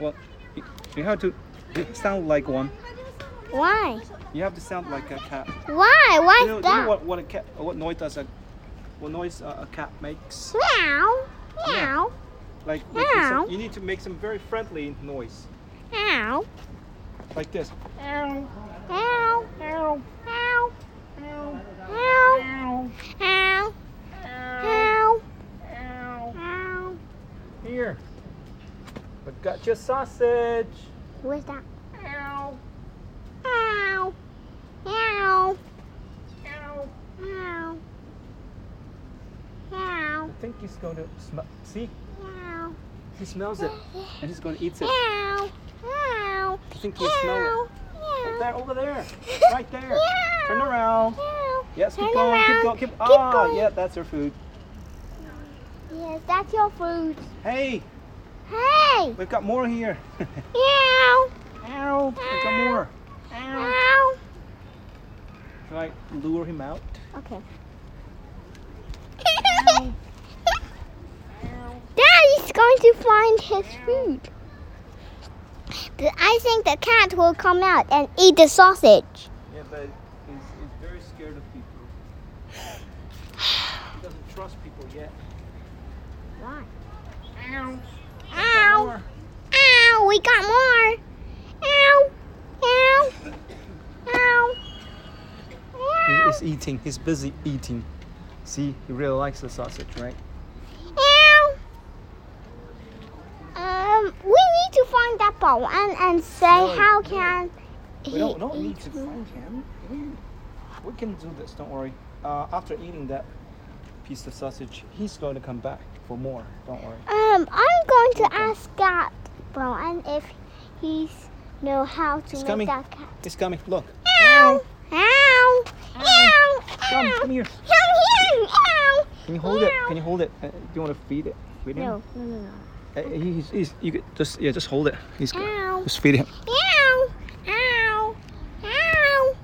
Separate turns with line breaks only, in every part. Well, you, you have to sound like one.
Why?
You have to sound like a cat.
Why?
You
Why's
know, you know
that?
what, what a cat, what noise does a, what noise a, a cat makes?
Meow.
Yeah.
Meow.
Like, like it's some-
Meow.
you need to make some very friendly noise,
Meow.
like this.
Meow. Meow. Meow. Meow. Meow. Meow. Meow.
Here, I got your sausage.
Where's that? Meow. Meow. Meow. Meow.
I
Meow.
think he's going to smell. See,
Meow.
he smells it, and he's going to eat it.
Meow. Meow.
I think he smells
Meow.
it. Over there, over there, right there.
Meow.
Turn around.
Meow.
Yes, keep
Turn
going, keep
around.
going, keep.
Keep
Ah,
going.
yeah, that's your food.
Yes, that's your food.
Hey,
Hey!
we've got more here.
Meow!
Ow, we've got more.
Meow!
Should I lure him out?
Okay. Daddy's going to find his food. But I think the cat will come out and eat the sausage.
Yeah, but he's, he's very scared of people. He doesn't trust people yet.
Why?
Ow.
Ow! Ow! We got more! Ow! Ow! Ow! Ow!
He's eating. He's busy eating. See, he really likes the sausage, right?
Meow. Um, we need to find that ball and and say
No,
how
no.
can
We
he
don't, don't need
eat
to
more?
find him. We, we can do this. Don't worry. Uh, after eating that piece of sausage, he's going to come back for more. Don't worry.
Um, I'm going to ask that ball and if he's know how to
He's
make
coming.
that cat.
He's coming. Look.
Ow! Ow! Ow! Ow!
Come, come here.
Come here! Ow!
Can you hold it? Can you hold it? Uh, do you want to feed it? Feed him?
No, no, no, no.
Uh, he- he's, he's, you could just yeah, just hold it. He's good.
Ow!
Just feed him.
Ow! Ow! Ow!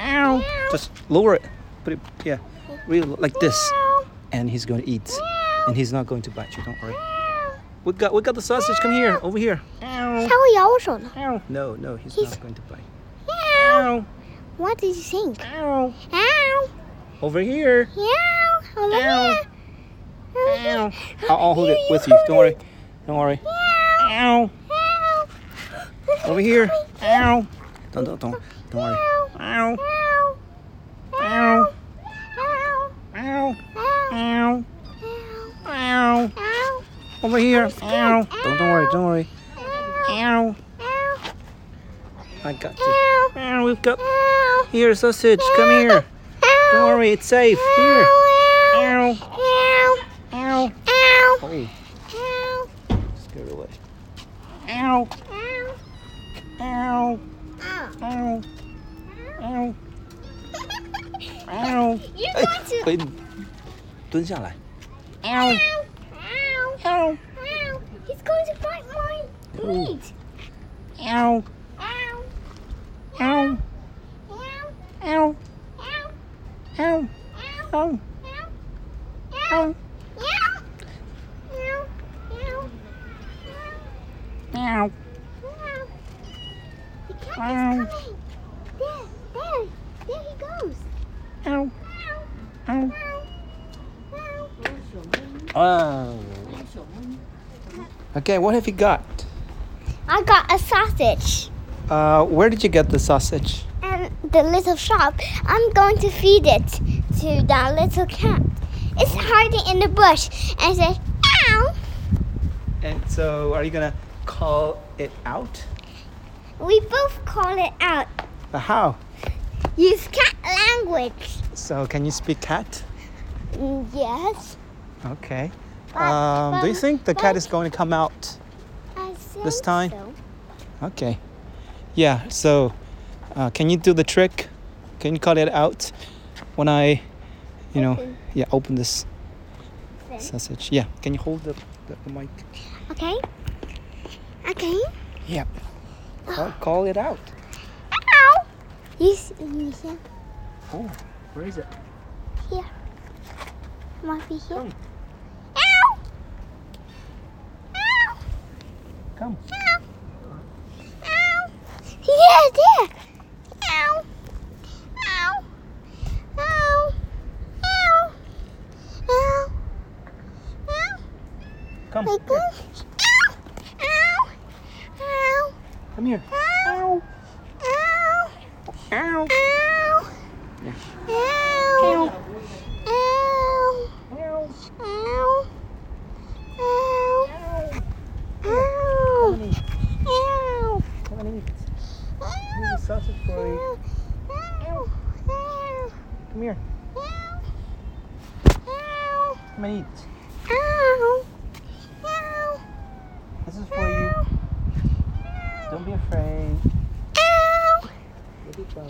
Ow!
Just lower it. Put it yeah, really lo- like this,
Ow!
and he's going to eat,
Meow.
and he's not going to bite you. Don't worry.
Ow!
We got we got the sausage. Come here, over here.
它会咬我手呢。
No, no, he's
He's-
not going to bite.
Meow. What did you think? Meow.
Over here.
Meow. Over
Meow.
here. Over here.
I'll, I'll hold it
Here,
with you. Don't
hold
worry.
it.
Don't worry.
Meow.
Ow.
Meow.
Over here.
Meow.
Ow. Don't don't don't don't worry. Ow.
Meow. Meow.
Meow.
Meow.
Ow.
Meow.
Ow.
Meow.
Ow.
Ow.
Over here. Ow.
scared.
Don't don't worry. Don't worry.
Meow.
Ow.
Meow.
I got you.
Meow.
Ow. We've got
Ow.
here sausage. Come
Meow.
here. Don't
Ow.
worry. It's safe. Here.
Ow.
Ow.
Ow.
Ow.
Ow.
Oh,
Ow.
scared away. Ow.
Ow.
Ow.
Ow.
Ow.
Ow.
Ow. Ow.
You
哎
want，to
喂，蹲下来。
Ow. Ow. Ow. Ow. He's going to bite my meat.
Ow.
Ow.
Ow.
Ow.
Ow.
Ow.
Ow.
Ow.
Ow.
Ow.
Ow.
Ow. Meow. Meow. Meow.
Ow.
Meow. The cat is
Ow.
coming. There. There. There he goes.
Ow.
Meow.
Ow.
Meow. Meow.
Oh. Okay, what have you got?
I got a sausage.
Uh, where did you get the sausage?
and the little shop. I'm going to feed it to that little cat. It's hiding in the bush and says, "Ow!"
And so, are you gonna call it out?
We both call it out.
Uh, how?
Use cat language.
So, can you speak cat?
Mm, Yes.
Okay.
But-
Um, do you
but-
think the cat
but
is going to come out?
I think
This time?
so.
Okay. Yeah, so uh, can you do the trick? Can you cut it out when I, you know,
Open.
yeah, open this
Then.
sausage? Yeah, can you hold the, the, the mic?
Okay. Okay.
Yep. Call, call it out.
Ow! You see here?
Oh, where is it?
Might be here.
Come.
Ow! Ow!
Come.
Ow! there, there. Ow. Ow. Ow. Ow. Ow. Ow.
Come,
Like
here.
this. Ow. Ow. Ow.
come here.
Ow. Ow.
Ow.
Ow.
Yeah.
Ow. Ow.
Ow.
Ow. Ow. Ow. Ow.
Come and eat. Here's
Ow.
a sausage for you.
Ow. Ow. Ow.
Come here.
Ow.
Come and eat.
Ow. Ow.
This is for you. Don't be afraid.
Ow.
Look at
Ow.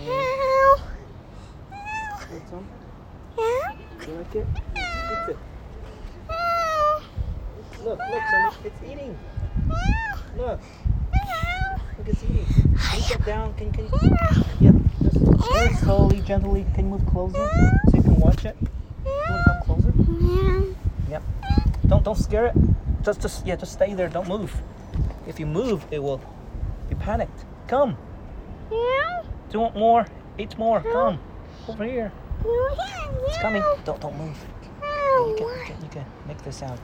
that.
Ow.
That's all.
Ow.
You like it? Eat it.
Ow.
Look, look, Sonny. It's eating. Look. Look, it's eating. Can you get down? Can, can you? Yep. Just very slowly, gently. Can you move closer so you can watch it? You want to come closer? Don't don't scare it. Just just yeah, just stay there. Don't move. If you move, it will be panicked. Come. Do you want more? Eat more. Come. Over here. It's coming. Don't don't move. You can, you can, you can make the sound.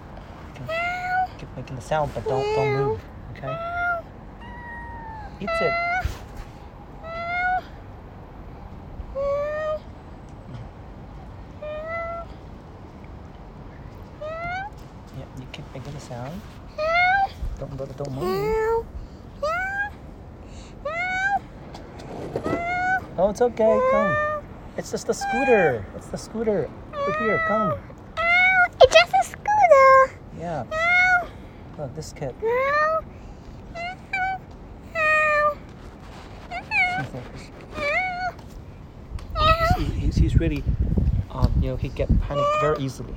Keep making the sound, but don't don't move. Okay. Eat it. Yeah. You keep making the sound. Don't don't, don't move. Oh, it's okay. Come. It's just the scooter. It's the scooter. Over here. Come.
It's just a scooter.
Yeah. Look, this kid. He's, he's, he's, he's really, um, you know, he get panicked very easily.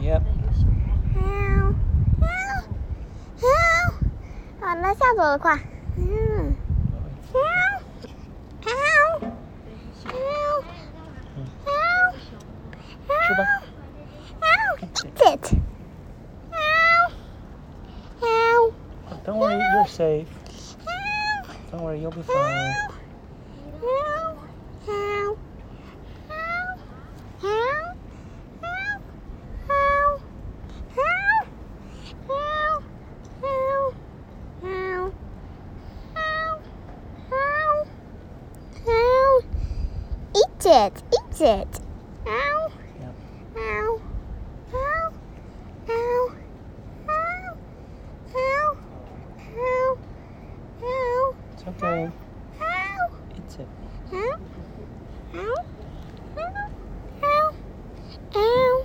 Yep.
It. Ow. Ow.
Don't worry, you're safe. Don't worry, you'll be fine.
Eat it, eat it. Ow.
Yep.
Ow. Ow. Ow. Ow. Ow. Ow. Ow.
It's okay.
Ow.
It's it.
Ow. Ow. Ow. Ow. Ow. Ow. Ow. Ow. Ow. Ow. Ow. Ow. Ow. Ow. Ow. Ow. Ow.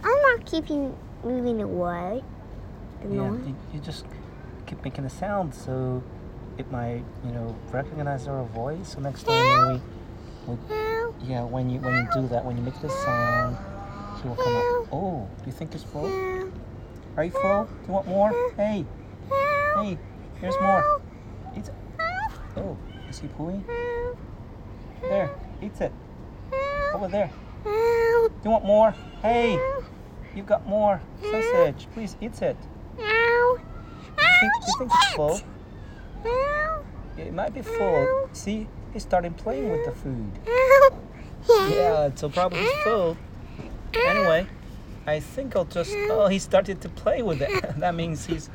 I'm not keeping moving away. The
Yeah,
noise.
you, you just keep making the sound so it might, you know, recognize our voice. So next time when
Ow.
we, yeah, when you when you do that, when you make this sound, he will come up. Oh, do you think it's full?
Ow.
Are you full? Do you want more? Hey,
Ow.
hey, here's more. Eat it. Oh, is he pooing?
Ow.
There, eat it.
Ow.
Over there.
Ow.
Do you want more? Hey,
Ow.
you've got more sausage. Please eat it.
Ow.
Do you think, do you think it's full?
Ow.
Yeah, It might be full. See, he started playing with the food.
Ow.
Yeah, so probably it's full. Anyway, I think I'll just. Oh, he started to play with it. that means he's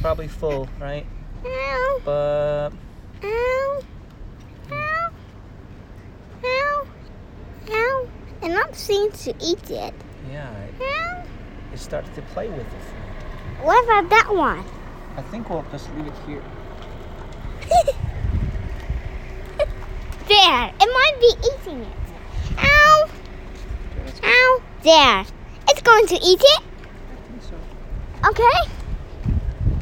probably full, right?
Ow.
But
Ow. Ow. Ow. Ow. And I'm seem to eat it.
yeah, it-
Ow.
it started to play with the food.
What about that one?
I think we'll just leave it here.
There. It might be eating it. Ow.
Okay, let's go.
Ow. There. It's going to eat it.
I think so.
Okay.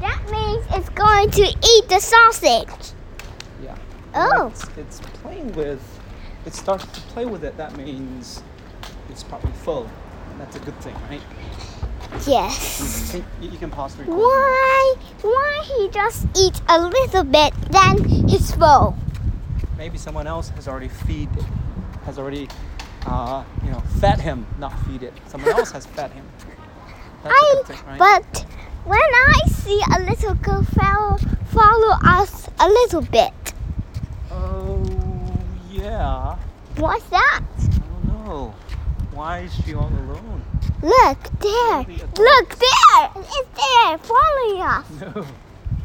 That means it's going to eat the sausage.
Yeah.
Oh.
It's, it's playing with. It started to play with it. That means it's probably full. And that's a good thing, right?
Yes.
See, you you can pause the recording.
Why? Why he just eats a little bit, then he's full?
Maybe someone else has already feed, has already, uh, you know, fed him, not feed it. Someone else has fed him. That's a
I.
good thing, right?
But when I see a little girl follow, follow us a little bit,
oh yeah.
what's that?
I don't know. Why is she all alone?
Look there! Look there! It's there, following us.
No,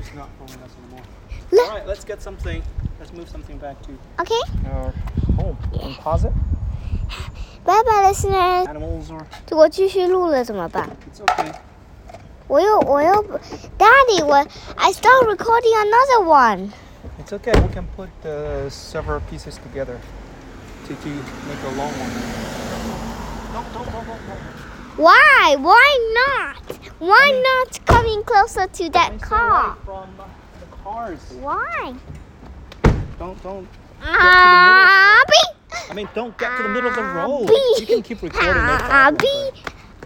she's not following us anymore.
Look.
All right, let's get something. Let's move something back to
Okay.
our home. And pause it.
Bye bye, listeners.
Animals or
我继续录了怎么办？
it's okay.
我又我又，Daddy，我 I start recording another one。
It's okay. We can put uh, several pieces together to, to make a long one. Don't don't don't don't. don't.
Why? Why not? Why not coming closer to that
Stay
car?
away From the cars.
Why?
Don't don't.
Ah,
I mean, don't get to the middle of the road.
Abby.
You can keep recording. no problem,
Ah, Abby,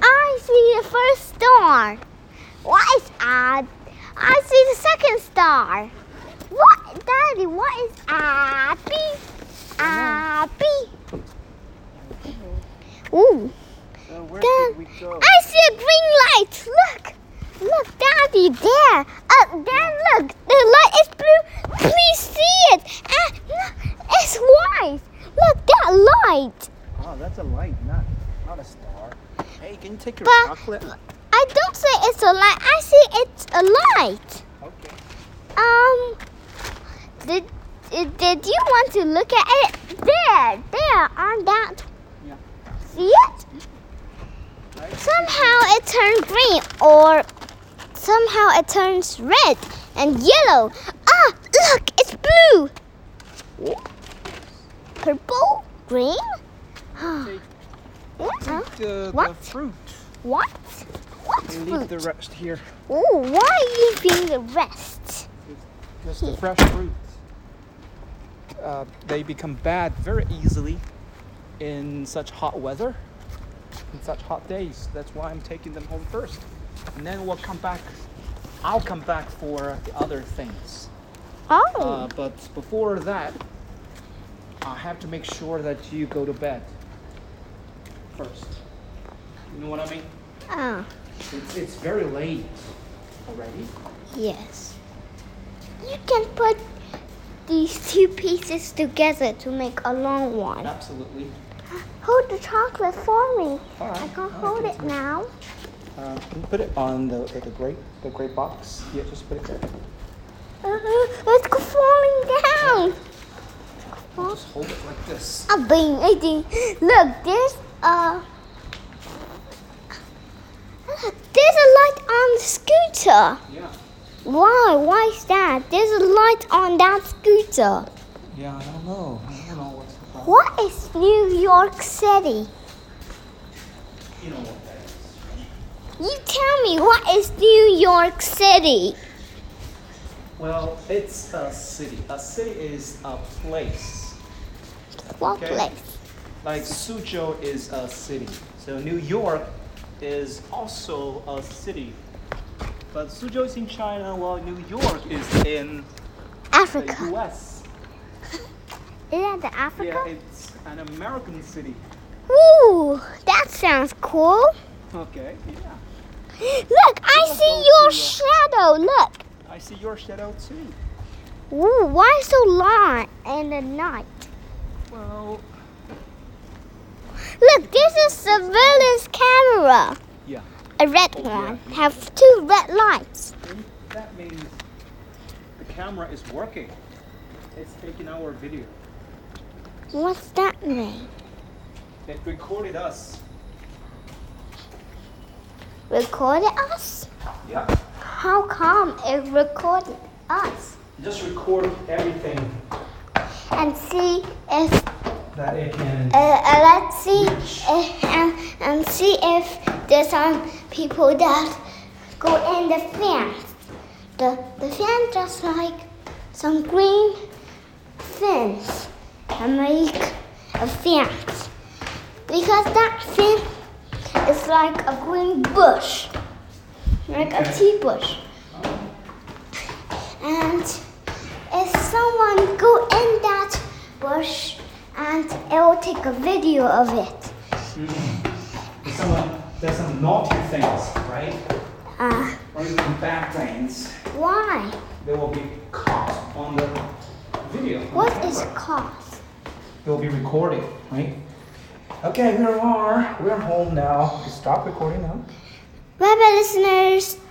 I see the first star. What is Ab? I see the second star. What, Daddy? What is Abby?
Oh.
Abby. Ooh.
but, uh, where
Dad,
did we go?
I see a green light. Look, look, Daddy, there. Up there, look. The light is blue. Please see it. Ah, look, it's white. Look, that light.
Oh, that's a light, not not a star. Hey, can you take your
But-
chocolate?
I don't say it's a light. I say it's a light.
Okay.
Um, did did- did you want to look at it? There, there, on that.
Yeah.
See it? Somehow it turned green, or somehow it turns red and yellow. Ah, look, it's blue. Purple, green.
Take uh,
Huh?
the, the
Ah. What?
fruit
What? What
and leave the
fruit?
rest here.
Oh, why are you being the rest?
Because the fresh fruits, uh, they become bad very easily in such hot weather, in such hot days. That's why I'm taking them home first, and then we'll come back. I'll come back for the other things. Uh,
Oh,
but before that, I have to make sure that you go to bed first. You know what I mean?
ah,
It's, it's very late already.
yes. You can put these two pieces together to make a long one.
Absolutely.
Hold the chocolate for me.
All right.
I
All
can
right,
hold
that's
it
fine.
now.
Uh, can you put it on the, the, the grape, the grape box? Yeah, just put it there.
Uh, it's go falling down.
Just hold it like this.
A bing, a ding. Look, there's a. There's a light on the scooter.
Yeah.
Why? Why is that? There's a light on that scooter.
Yeah, I don't know. I don't know what's the problem.
What is New York City?
You know what that is.
You tell me, what is New York City?
Well, it's a city. A city is a place.
What
Okay.
place?
Like Suzhou is a city. So New York is also a city. But Suzhou is in China while New York is in the
Africa.
US.
Is that the Africa?
Yeah, it's an American city.
Ooh, that sounds cool.
Okay, yeah.
Look, I see your shadow. Look.
I see your shadow too.
Ooh, why so long in the night?
Well,
Look, there's a surveillance camera.
Yeah.
A red
Oh,
one.
yeah.
Have two red lights.
that means the camera is working. It's taking our video.
What's that mean?
It recorded us.
Recorded us?
Yeah.
How come it recorded us?
Just record everything
And see if
that it can.
uh, uh, let's see if, and, and see if there's some people that go in the fence. The the fence just like some green fence and make a fence because that fence is like a green bush. like a tea bush. And if someone go in that bush and it will take a video of it.
There's some, there's some naughty things, right?
Uh,
Or even bad things.
why?
They will be caught on the video. on
What
camera.
is cause?
It will be recorded, right? Okay, here we are. We're home now. Stop recording now.
Bye bye listeners.